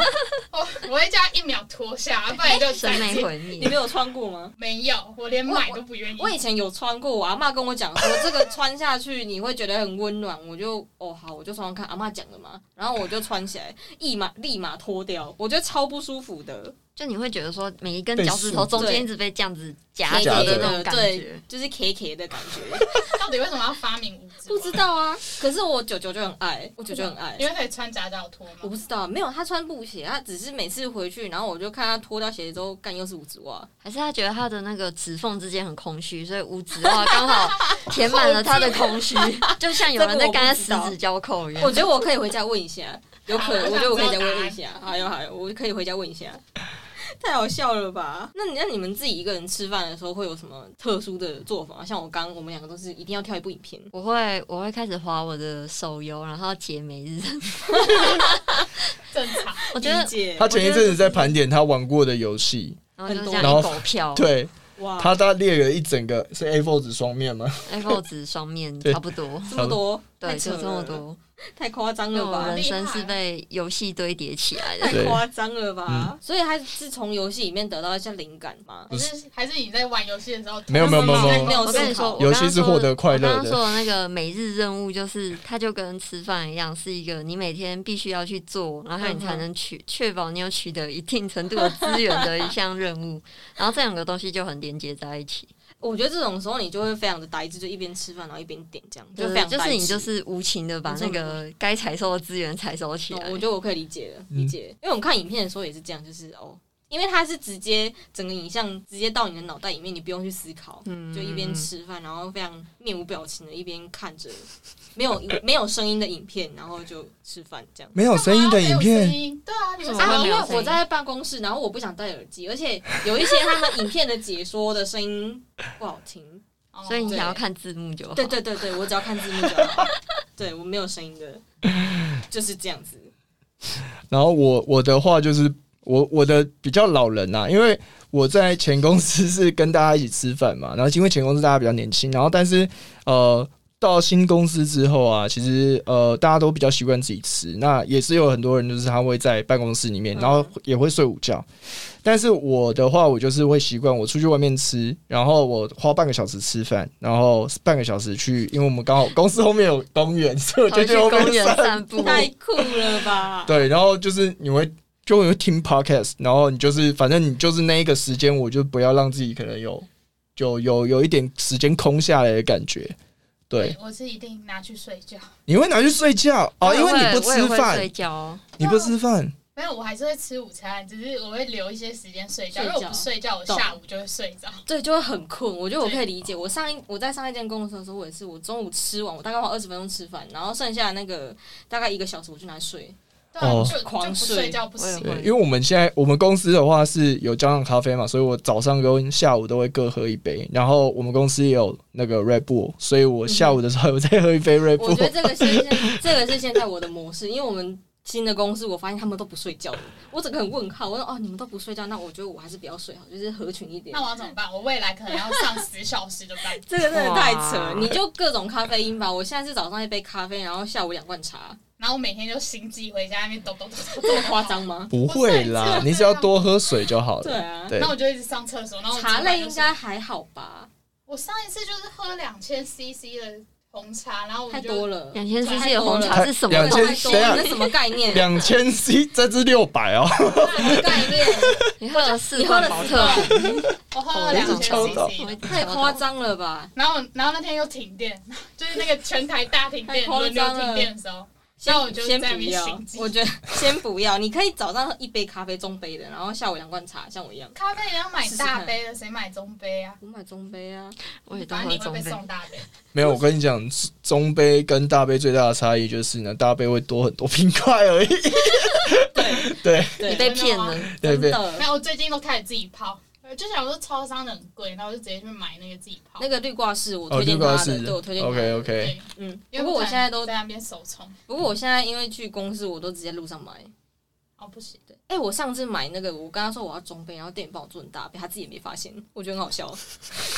我我会叫他一秒脱下，不然就
哎审
再
美
见。
毁
你
灭
没。有穿过吗？
没有，我连买都不愿意。
我以前有穿过，我阿妈跟我讲说，这个穿下去你会觉得很温暖，我就哦好，我就穿穿看，阿妈讲的嘛，然后我就穿起来，立马立马脱掉，我觉得超不舒服的。
就你会觉得说，每一根脚趾头中间一直被这样子夹
贴
着
贴
的
的
那种感觉
对，，就是 K K 的感觉。
到底为什么要发明五指
不知
袜？
道啊，可是我舅舅就很爱，我舅舅很爱
因。为可以穿夹脚拖
我
嘛。
不知道，没有他穿布鞋，他只是每次回去，然后我就看他脱掉鞋子之后，干又是五指袜，
还是他觉得他的那个指缝之间很空虚，所以五指袜刚好填满了他的空 虚，就像有人在跟他十指交扣一
我
样。
觉得我可以回家问一下，有可能，
好
我觉得我可以再问一下，好有好有，我可以回家问一下。 太好笑了吧？那你那你们自己一个人吃饭的时候会有什么特殊的做法？像我刚我们两个都是一定要挑一部影片，
我会我会开始划我的手游，然后解每 日。
正常。
我觉得
理，解
他前一阵子在盘点他玩过的游戏，
然后就这
然
样
后
一狗票，
对
哇，
他他列了一整个是 A4 纸双面吗？
，Apple 纸双面
对
差不多，
这么多，
对，
太扯
就这么
了，
多。
太夸张
因为
了
我
吧？
人生是被游戏堆叠起来的，
太
对
夸张了吧？
嗯
所以他是从游戏里面得到一些灵感吗？
还是还是你在玩游戏的时候，
没有没有没有没有
没有
我跟你说，我
游戏是
刚刚说
获得快乐的
我刚刚说的那个每日任务，就是它就跟吃饭一样，是一个你每天必须要去做，然后你
嗯
才能取确保你 有取得一定程度的资源的一项任务。然后这两个东西就很连接在一起。
我觉得这种时候你就会非常的呆滞，就一边吃饭然后一边点这样，就
对
非常
就是
呆
你
滞
就是无情的把那个该采收的资源采收起来
哦。我觉得我可以理解了，理解。因为我们看影片的时候也是这样，就是哦，因为它是直接整个影像直接到你的脑袋里面，你不用去思考，
嗯
就一边吃饭，然后非常面无表情的一边看着没有没有声音的影片，然后就吃饭这样。
没有声音的影
干嘛要没有声
片，
音，对啊，你们
怎
怎
么会
啊，
没
因
有
为
声音
我在办公室，然后我不想戴耳机，而且有一些他们影片的解说的声音不好听。
所以你
对
想要看字幕就 好。
对对对对，我只要看字幕就好。 对我没有声音的，就是这 样子。
然后我我的话就是我我的比较老人啊呐、因为我在前公司是跟大家一起吃饭嘛，然后因为前公司大家比较年轻，然后但是呃。到新公司之后啊，其实呃，大家都比较习惯自己吃。那也是有很多人，就是他会在办公室里面，
嗯
然后也会睡午觉。但是我的话，我就是会习惯我出去外面吃，然后我花半个小时吃饭，然后半个小时去，因为我们刚好公司后面有公园，所以我
跑
就
去
去后面
公园
散
散步，
太酷了吧！
对，然后就是你会就会听 podcast，然后你就是反正你就是那一个时间，我就不要让自己可能有就有有一点时间空下来的感觉。对，，
我是一定拿去睡觉。
你会拿去睡觉哦，
我也
因为你
会
不
我也
吃
会睡
饭，
觉哦。
你不吃饭，
没有，我还是会吃午餐，只是我会留一些时间睡觉。
睡
如
觉
果我不睡觉，我
懂
下午就会睡着。
对，就会很困。我觉得我可以理解。我上一我在上一间公司的时候，我也是，我中午吃完，我大概花二十分钟吃饭，然后剩下那个大概一个小时我就拿来睡。
对啊，
哦
就就
狂
不
睡
睡觉不行。
对
对，
因为我们现在我们公司的话是有加上咖啡嘛，所以我早上跟下午都会各喝一杯，然后我们公司也有那个 Red Bull，所以我下午的时候我再喝一杯 Red
我觉得
Bull。
这个是现这个是现在我的模式，因为我们新的公司，我发现他们都不睡觉的，我整个很问号。我说哦，你们都不睡觉，那我觉得我还是不要睡好，就是合群一点
那。我要怎么办？我未来可能要上十小时的班。
啊这个真的太扯
哇
了，你就各种咖啡因吧。我现在是早上一杯咖啡，然后下午两罐茶，
然后我每天就心悸回家那边抖抖抖抖
这么
抖，
夸张吗？
不会啦，你只要多喝水就好了。
对啊
对
那我就一直上厕所。然后我
茶
主管
类
就
应
说
该还好吧，
我上一次就是喝两千 CC 的红茶，然后我
太
们
多
就
了。
两千 CC 的红茶
太
是什么
两
太
千
东
多了
西？
这什么概念？
两千 C，这支六百哦。
概念，
你喝了四
你喝
罐
了
宝
四
特
罐
瓶，
我喝了
我
两
一
千
直抽
CC
到
的。
太夸张了吧？
然后，然后那天又停电， 就是那个全台大停
太
电，
夸
轮流
张了
停电的时候，
先
那我就
先
在那
不
边
要
心，悸
我觉得先不要。你可以早上喝一杯咖啡中杯的，然后下午两罐茶，像我一样。
咖啡也要买
试试
大
看
杯的，谁买中杯啊？
我买中杯啊，
我也都
反正
喝
你会
中
被
杯。
送大杯。
没有，我跟你讲，中杯跟大杯最大的差异就是呢，大杯会多很多冰块而已。 对
对，
你被骗了，
对
真
没
对，
的。
有，我最近都开始自己泡，就想说超商的很贵，然后我就直接去买那个自己泡。
那个绿挂式我
哦，
推
绿
荐
瓜
他
是
的，对我推荐他
OK
的。
OK，
对，
嗯，
因为
不过我
不然
现在都，
在那边手冲，
不过我现在因为去公司，我都直接路上买。
哦不行，
对，哎，我上次买那个，我跟他说我要中杯，然后店员帮我做很大杯，他自己也没发现，我觉得很好 笑。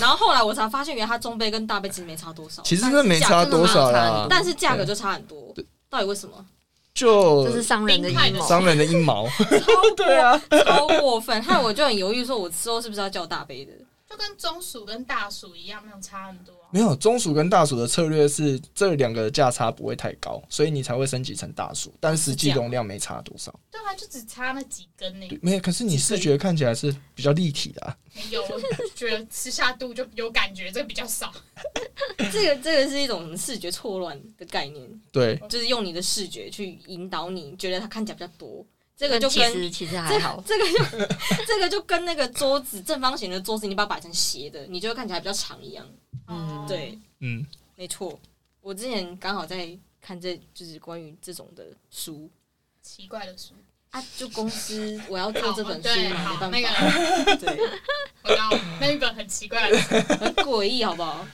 然后后来我才发现，原来他中杯跟大杯其实没差多少，
其实
但
真
是
的没
价
差
格
多少啦，
啊但是价格就差很多，到底为什么？
就
这是商人的
冰
阴
派的
谋。
商人的阴谋。
对啊，超过分，害我就很犹豫，说我之后是不是要叫大杯的？
就跟中暑跟大暑一样，没有差很多啊。
没有，中暑跟大暑的策略是这两个价差不会太高，所以你才会升级成大暑，但实际容量没差多少。
对啊，就只差那几根呢
对，，没有，可是你视觉看起来是比较立体的、啊。
没有，我觉得吃下肚就有感觉，这个比较少。
这个这个是一种视觉错乱的概念，
对，
嗯
就是用你的视觉去引导你，觉得它看起来比较多，这个就
其
跟。
实其实还
这
好，
这个 就这个就跟那个桌子正方形的桌子，你把它摆成斜的，你就会看起来比较长一样。
嗯
哦
对，
嗯，
没错。我之前刚好在看这就是关于这种的书
奇怪的书。
啊，就公司我要做这本书
对，
嘛，没
好，
办
那
法，
个
对。
我知道那一本很奇怪的书，
很诡异，好不好？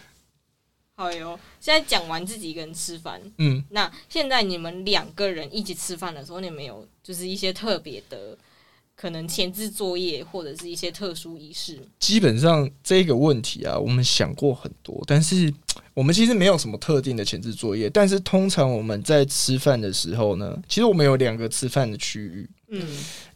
好哟，现在讲完自己一个人吃饭，
嗯，
那现在你们两个人一起吃饭的时候，你们有就是一些特别的，可能前置作业或者是一些特殊仪式吗，
基本上这个问题啊，我们想过很多，但是我们其实没有什么特定的前置作业。但是通常我们在吃饭的时候呢，其实我们有两个吃饭的区域，
嗯，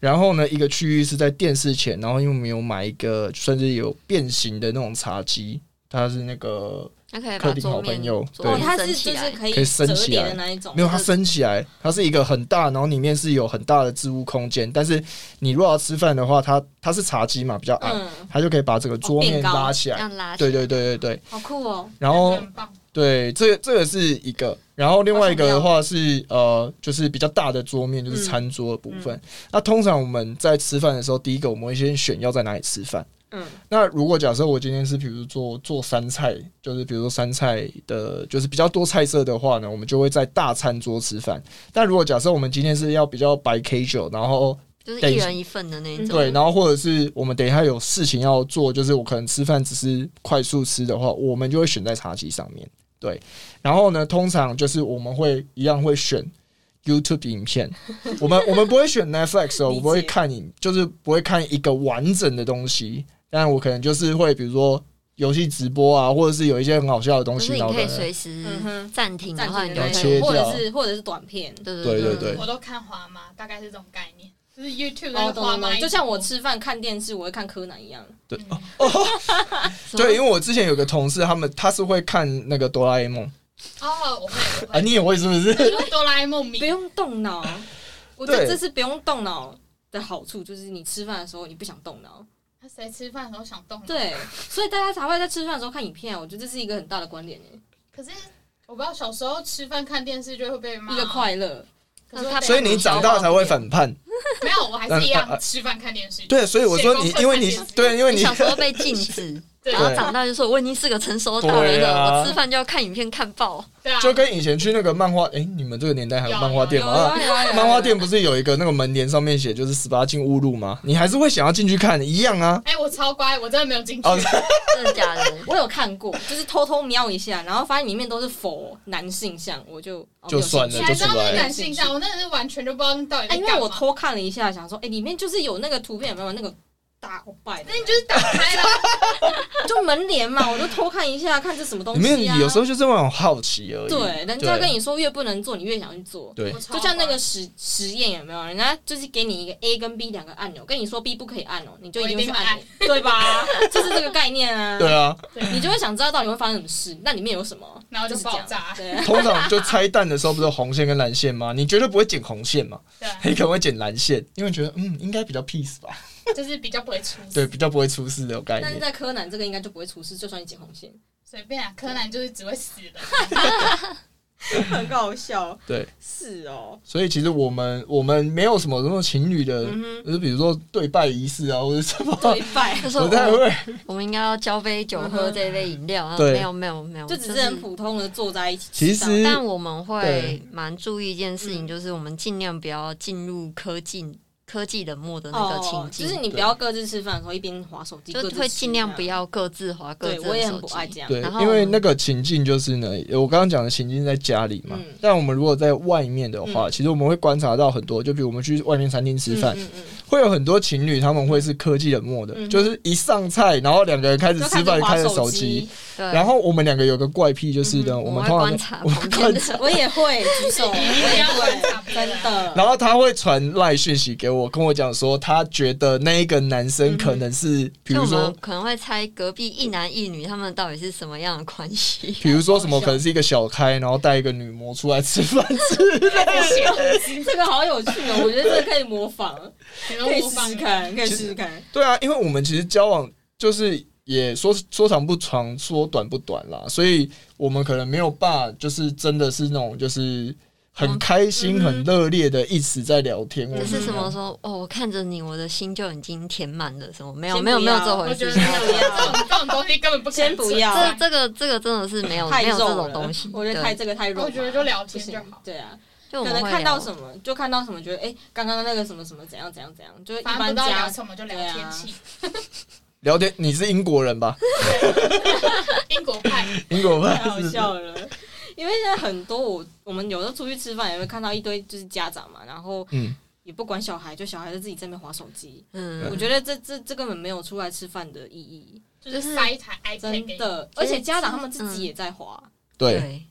然后呢，一个区域是在电视前，然后因为我们有买一个算是有变形的那种茶几，它是那个
那可以
客
把
厅
桌
好
面
朋友
桌
对
哦，
面
它
升
是
起
就是
来，
可以
可以升
折
起
叠
来
的那一种，
没有，它
就是
升起来，它是一个很大，然后里面是有很大的置物空间。但是你如果要吃饭的话，它它是茶几嘛，比较矮，
嗯，
它就可以把整个桌
哦
面
变高
拉起
这
来。
样拉起来。
对对对对对，
好酷哦，
然后
很棒，
对这个这个是一个，然后另外一个的话是呃，就是比较大的桌面，就是餐桌的部分。那通常我们在吃饭的时候，第一个我们会先选要在哪里吃饭。
嗯，
那如果假设我今天是比如做做三菜，就是比如说三菜的，就是比较多菜色的话呢，我们就会在大餐桌吃饭。但如果假设我们今天是要比较白 K 酒，然后
就是
等
一
一下
人一份的那一种。
对，然后或者是我们等一下有事情要做，就是我可能吃饭只是快速吃的话，我们就会选在茶几上面。对，然后呢，通常就是我们会一样会选 YouTube 影片，我们我们不会选 Netflix 哦，
理解
我不会看影，就是不会看一个完整的东西，但我可能就是会比如说游戏直播啊，或者是有一些很好笑的东
就
西，
是你
然后
可以
在那
随时
嗯哼
暂停，
暂
然后你
停
就
的
可
那
切
种，
以
掉
或者是或者是短片。
对
对对
对
对
我都看华妈，大概是这种概念，就是 YouTube
哦，
那个
懂
华
懂
妈一
懂，
直
就
播，
像我吃饭看电视，我会看柯南一样。
嗯，
对，
什
因为我之前有个同事，他们他是会看那个哆啦 A 梦
哦，我会，我
啊，
会，
你也会是不是？
就是哆啦 A 梦迷
不，用动脑。我觉得
对
这是不用动脑的好处，就是你吃饭的时候你不想动脑，
他谁吃饭的时候想动？，
对，所以大家才会在吃饭的时候看影片啊。我觉得这是一个很大的关联耶，欸
可是我不知道小时候吃饭看电视就会被骂，
一个快乐。
可是会被
那
骂，
他
所以你长大才会反叛。
没有，我还是一 样吃饭看电视，
对，所以我说你，因为你
写功课
对，因为
你
你
小 时候被禁止，
对
然后长大就说我已经是个成熟大人
对啊
了，我吃饭就要看影片看报，
对啊，
就跟以前去那个漫画，哎、你们这个年代还有漫画店
有
吗？
啊
啊
有啊有啊
漫画店不是有一个那个门帘上面写就是十八禁勿入吗？你还是会想要进去看，一样啊。
哎，我超乖，我真的没有进去
哦，
啊
真 的假的？
我有看过，就是偷偷瞄一下，然后发现里面都是否男性向，我就哦
就算
没
了
有
你
兴趣
还知道
就出来
那是男性向，我那是完全就不知道到底
哎
在
因为
干
我
嘛。
偷看了一下，想说，哎、里面就是有那个图片有没有那个大鳌拜的
那，你就是打开了，
就门帘嘛，我就偷看一下，看这什么东
里
西啊。
面有时候就是那种好奇而已。
对，人家
对
跟你说越不能做，你越想去做。
对
我 超
就像那
乖
个实实验有没有？人家就是给你一个 A 跟 B 两个按钮，跟你说 B 不可以按哦，你就一定会去按，对 吧？就是这个概念啊。
对啊，
对，
你就会想知道到底会发生什么事，那里面有什么，
然后
就
就是
这
爆
样
炸。
对，啊
通常就拆弹的时候不是有红线跟蓝线吗？你绝对不会剪红线嘛，
对，啊
你可能会剪蓝线，因为觉得嗯应该比较 peace 吧，
就是比较不会出事。
对，比较不会出事的概
但是
念。
在柯南这个应该就不会出事，就算你剪红线，
随便啊，柯南就是只会死的。
很搞笑。
对，
是哦，
所以其实我们我们没有什么那种情侣的，
嗯
就是比如说对拜仪式啊， 或者什么，
对拜，
就是
不
我哦
太
们
会。
我们应该要交杯酒喝这杯饮料，然后
对
没有没有没有，
就只是很普通的坐在一起
其
吃饭。
实
但我们会
对
蛮注意一件事情，就是我们尽量不要进入科技科技冷漠的那个情
哦，就
境，
是你不要各自吃饭的时候一边划手机，
就
各
是
自
会
吃
尽量不
这样。
要各自划各
对，
自
我
的
也很
手
不爱这
机。
样。
对
然，后
因
我
为
们
那个情境就是呢，我刚刚讲的情境在家里嘛，
嗯
但我们如果在外面的话，
嗯
其实我们会观察到很多，就比如我们去外面餐厅吃饭，
嗯嗯
会有很多情侣他们会是科技冷漠的，
嗯哼
就是一上菜，然后两个人
嗯，
开始
就
吃饭，
划
开始
手
手机。，
对，嗯
然后我们两个有个怪癖就是呢，
我
们通
会
常
观
都
察
我们
旁
观
边 的
我也会举 手，我
不
也
要观
会，
察别
真
人啊。
的。
然后他会传赖讯息给我，跟我讲说他觉得那一个男生可能是，比、
就
如
我
说。
们，可能会猜隔壁一男一女他们到底是什么样的关系
比如说什么可能是一个小开，然后带一个女模出来吃饭
这个好有趣哦，我觉得这个可以模仿，
你们
可以
模
试
仿
试看，可以试试看。
对啊，因为我们其实交往就是也说说长不长，说短不短啦，所以我们可能没有办法，就是真的是那种就是很开心、
嗯
很热烈的一直在聊天。我
就
们
是什么说哦，我看着你，我的心就已经填满了什么？没有
先
没有
不
没有
要
这
我
回
觉
事
得。
先不要
这种这种东西根本不可能
先不要
这
存在
这个这个真的是没有
太
嗯没有这
肉
种
了
东西，
我觉得
对
太这个太肉，
我觉得就聊
不
天就
行
好。。
对啊，
就我
可
们
能
会
看到
聊
什么就看到什么，觉得哎，刚刚那个什么什么怎样怎样怎样，就是一
反正
般
不知道聊
家
什么就聊
对啊
天气，
聊天，你是英国人吧？
英国派
英国
太
吧？
好笑了。因为现在很多我我们有时候出去吃饭也会看到一堆就是家长嘛，然后
嗯，
也不管小孩，就小孩就自己在那边划手机。我
嗯，
觉得这这这根本没有出来吃饭的意义，
就是塞一台 iPad
啊真
给你，
的。而且家长他们自
嗯
己也在划，
对，，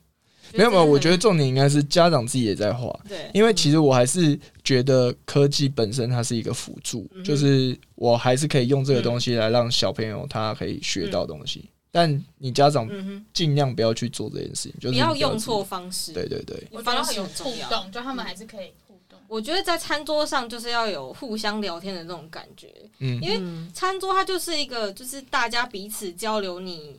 没有没有，我觉得重点应该是家长自己也在画。
对，
因为其实我还是觉得科技本身它是一个辅助，
嗯哼嗯
就是我还是可以用这个东西来让小朋友他可以学到东西。但你家长
嗯哼，
尽量不要去做这件事情，就是
不
你
要
自己
用错。方式，
对对对，
我觉
方
得
式
有
很
互
重要。
动，就他们还是可以互动。
我觉得在餐桌上就是要有互相聊天的这种感觉，
嗯
因为
嗯
餐桌它就是一个就是大家彼此交流你。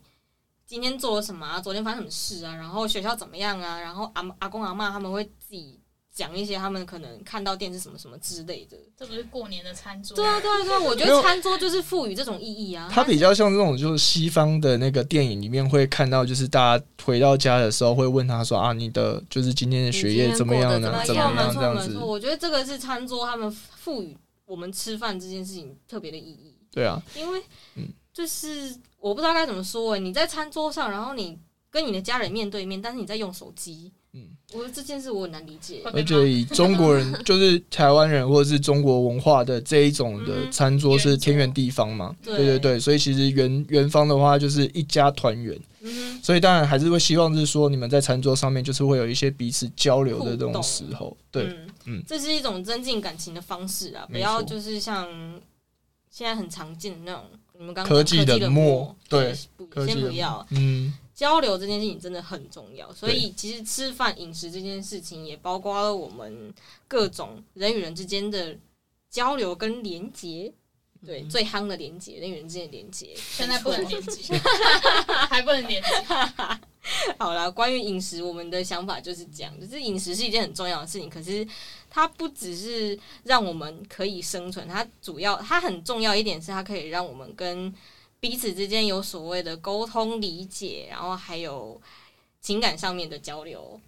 今天做了什么啊？昨天发生什么事啊？然后学校怎么样啊？然后阿阿公阿妈他们会自己讲一些他们可能看到电视什么什么之类的。
这不是过年的餐桌，
对啊，对啊，对啊！我觉
没有
得餐桌就是赋予这种意义啊。
它比较像这种，就是西方的那个电影里面会看到，就是大家回到家的时候会问他说啊，你的就是今天的学业怎么样
你今
呢？
天过得
怎
怎
么
么
样？没
样这
样
错
样
没
子
错，？我觉得这个是餐桌他们赋予我们吃饭这件事情特别的意义，
对啊，
因为
嗯
就是我不知道该怎么说哎、你在餐桌上，然后你跟你的家人面对面，但是你在用手机，
嗯
嗯，我觉得这件事我很难理解。
会
而
被
且
骂。
以中国人，就是台湾人或者是中国文化的这一种的
嗯
餐桌是
圆
天圆地方嘛，
对
对对对，所以其实圆圆方的话就是一家团圆，
嗯
所以当然还是会希望是说你们在餐桌上面就是会有一些彼此交流的这
互
种
动
时候，
哼，
对，
嗯
嗯
这是一种增进感情的方式啊，不
没
要
错
就是像现在很常见的那种。你们刚刚
科
讲科
技
技
冷
冷
漠
漠，
对
不，
科技
先
冷
不
漠
要，
嗯，
交流这件事情真的很重要，所
对
以其实吃饭饮食这件事情也包括了我们各种人与人之间的交流跟连接。对，
嗯
最夯的连接，人与人之间的连接。
现在不能
没错
连接，还不能连接，
好啦，关于饮食，我们的想法就是这样，就是饮食是一件很重要的事情，可是它不只是让我们可以生存，它主要它很重要一点是它可以让我们跟彼此之间有所谓的沟通、理解，然后还有情感上面的交流。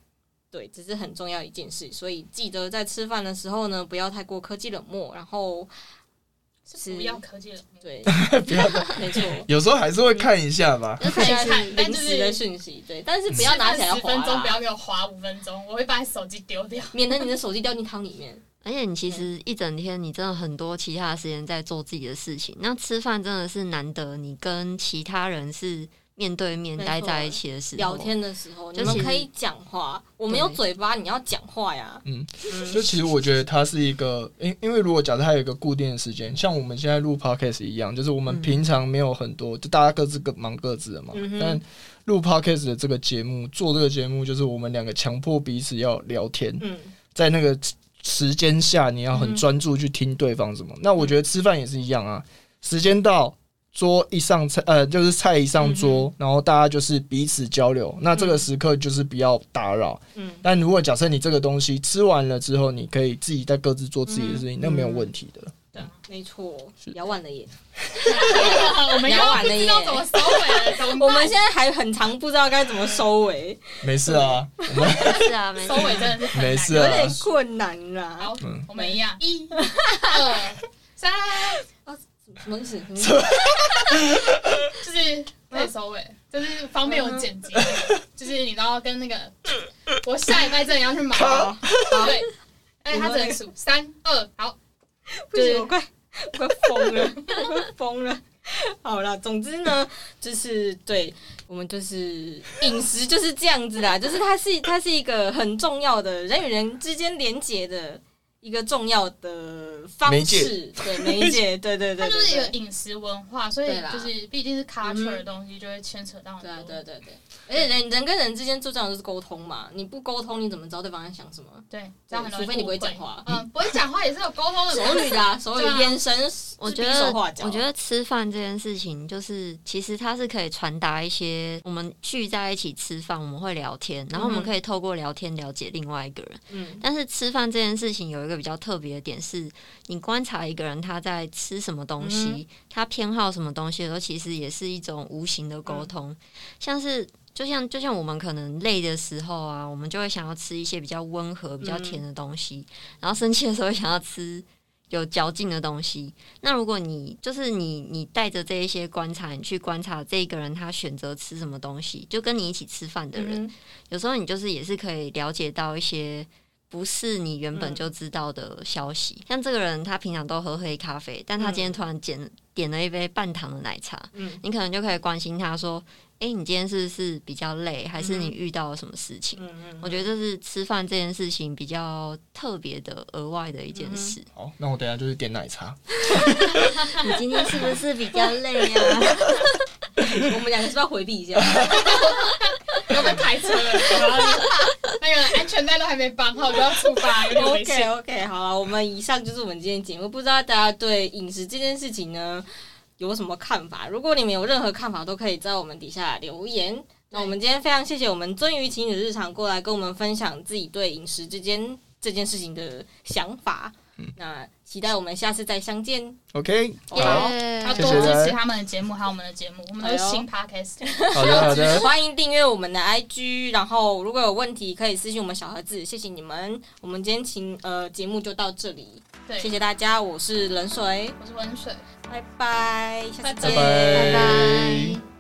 对，这是很重要一件事，所以记得在吃饭的时候呢，不要太过科技冷漠，然后
是不要科技冷漠。
对，
不要，
没错，
有时候还是会看一下吧，
就
看
看
一
一
下
下
临时的讯息，对，但是不要拿起来
十
划
分钟，不
啦，
要给我划五分钟，我会把你手机丢 掉。
免得你的手机掉进汤里面。
而且你其实一整天，你真的很多其他的时间在做自己的事情。那吃饭真的是难得，你跟其他人是面对面
没错
待在一起的时候，
聊天的时候，你
就
们
其实
可以讲话，我们有嘴巴，你要讲话呀。
嗯，就其实我觉得它是一个，因因为如果假设它有一个固定的时间，像我们现在录 podcast 一样，就是我们
嗯
平常没有很多，就大家各自各忙各自的嘛。
嗯哼
哦但录 podcast 的这个节目，做这个节目，就是我们两个强迫彼此要聊天，
嗯，
在那个时时间下，你要很
嗯
专注去听对方什么。那我觉得吃饭也是一样啊，时间到。桌一上菜，呃，就是菜一上桌，然后大家就是彼此交流。那这个时刻就是不要打扰，
嗯，
但如果假设你这个东西吃完了之后，你可以自己再各自做自己的事情，那没有问题的。
没错，聊完了耶。
我们又
聊完
不
了耶
知道怎么收尾了，怎么
我们
办
现？在还很长，不知道该怎么收尾，
没事啊，
是啊，没
收
错。
尾真的是很难
没事
有
啊
点困难啦。
好
嗯，
我们一样，一、二、 三，
什么意思？
就是可以收尾，就是方便我剪辑。
嗯
就是你都要跟那个，我下礼拜真的要去买哦。对，哎，他只能数三二，好，
不行，我快 我快疯了， 我快疯了。好啦，总之呢，就是对我们就是饮食就是这样子啦，就是它是它是一个很重要的人与人之间连接的一个重要的方
媒
式
介，
对媒 介，对对
它
对对
就是一个
对，
饮食文化，所以
对啦
就是毕竟是 culture 的东西，就会牵扯到
对
很
啊
多
对。对对，而且人人跟人之间最重要的就是沟通嘛，你不沟通你怎么知道对方在想什 么？
对，这
对
样很容易
除非你不会讲
误
话，
嗯，不会讲话也是有沟通的
手
东
语
西。
的啊手语
对啊
眼神，
我
是比
觉得
手画，脚
我觉得吃饭这件事情，就是其实它是可以传达一些我们聚在一起吃饭，我们会聊天，然后我
嗯
们
哼
可以透过聊天了解另外一个人。
嗯
但是吃饭这件事情有一个比较特别的点是，你观察一个人他在吃什么东西，
嗯
他偏好什么东西的时候，其实也是一种无形的
嗯
沟通，像是。就像就像我们可能累的时候啊，我们就会想要吃一些比较温和、比较甜
嗯
的东西，然后生气的时候会想要吃有嚼劲的东西。那如果你就是你，你带着这一些观察，你去观察这一个人他选择吃什么东西，就跟你一起吃饭的人，
嗯
有时候你就是也是可以了解到一些不是你原本
嗯
就知道的消息，像这个人他平常都喝黑咖啡，但他今天突然点点了一杯半糖的奶茶，
嗯
你可能就可以关心他说：“诶，你今天是不是比较累，还是你
嗯
遇到了什么事情？”
嗯
我觉得这是吃饭这件事情比较特别的、额外的一
嗯
件事。
好，那我等一下就是点奶茶。
你今天是不是比较累啊？
我们两个是不是要回避 一下？
要被开车了，然后那个安全带都还没绑好，就要出发，有点危
OK
险。
OK，好了，我们以上就是我们今天的节目。不知道大家对饮食这件事情呢有什么看法？如果你们有任何看法，都可以在我们底下留言。那我们今天非常谢谢我们鳟鱼情侣日常过来跟我们分享自己对饮食之间这件事情的想法。那期待我们下次再相见。
OK，好，
耶
要
谢
多
谢大
支
家
持他们的节目，还有我们的节目，我们都是
哎
新 podcast。
好的，好 的，
欢迎订阅我们的 IG，然后如果有问题可以私信我们小盒子。谢谢你们，我们今天情呃节目就到这里，
对，
谢谢大家，我是冷水，
我是温水。
拜拜，下
拜
次
拜
见，
拜
拜拜。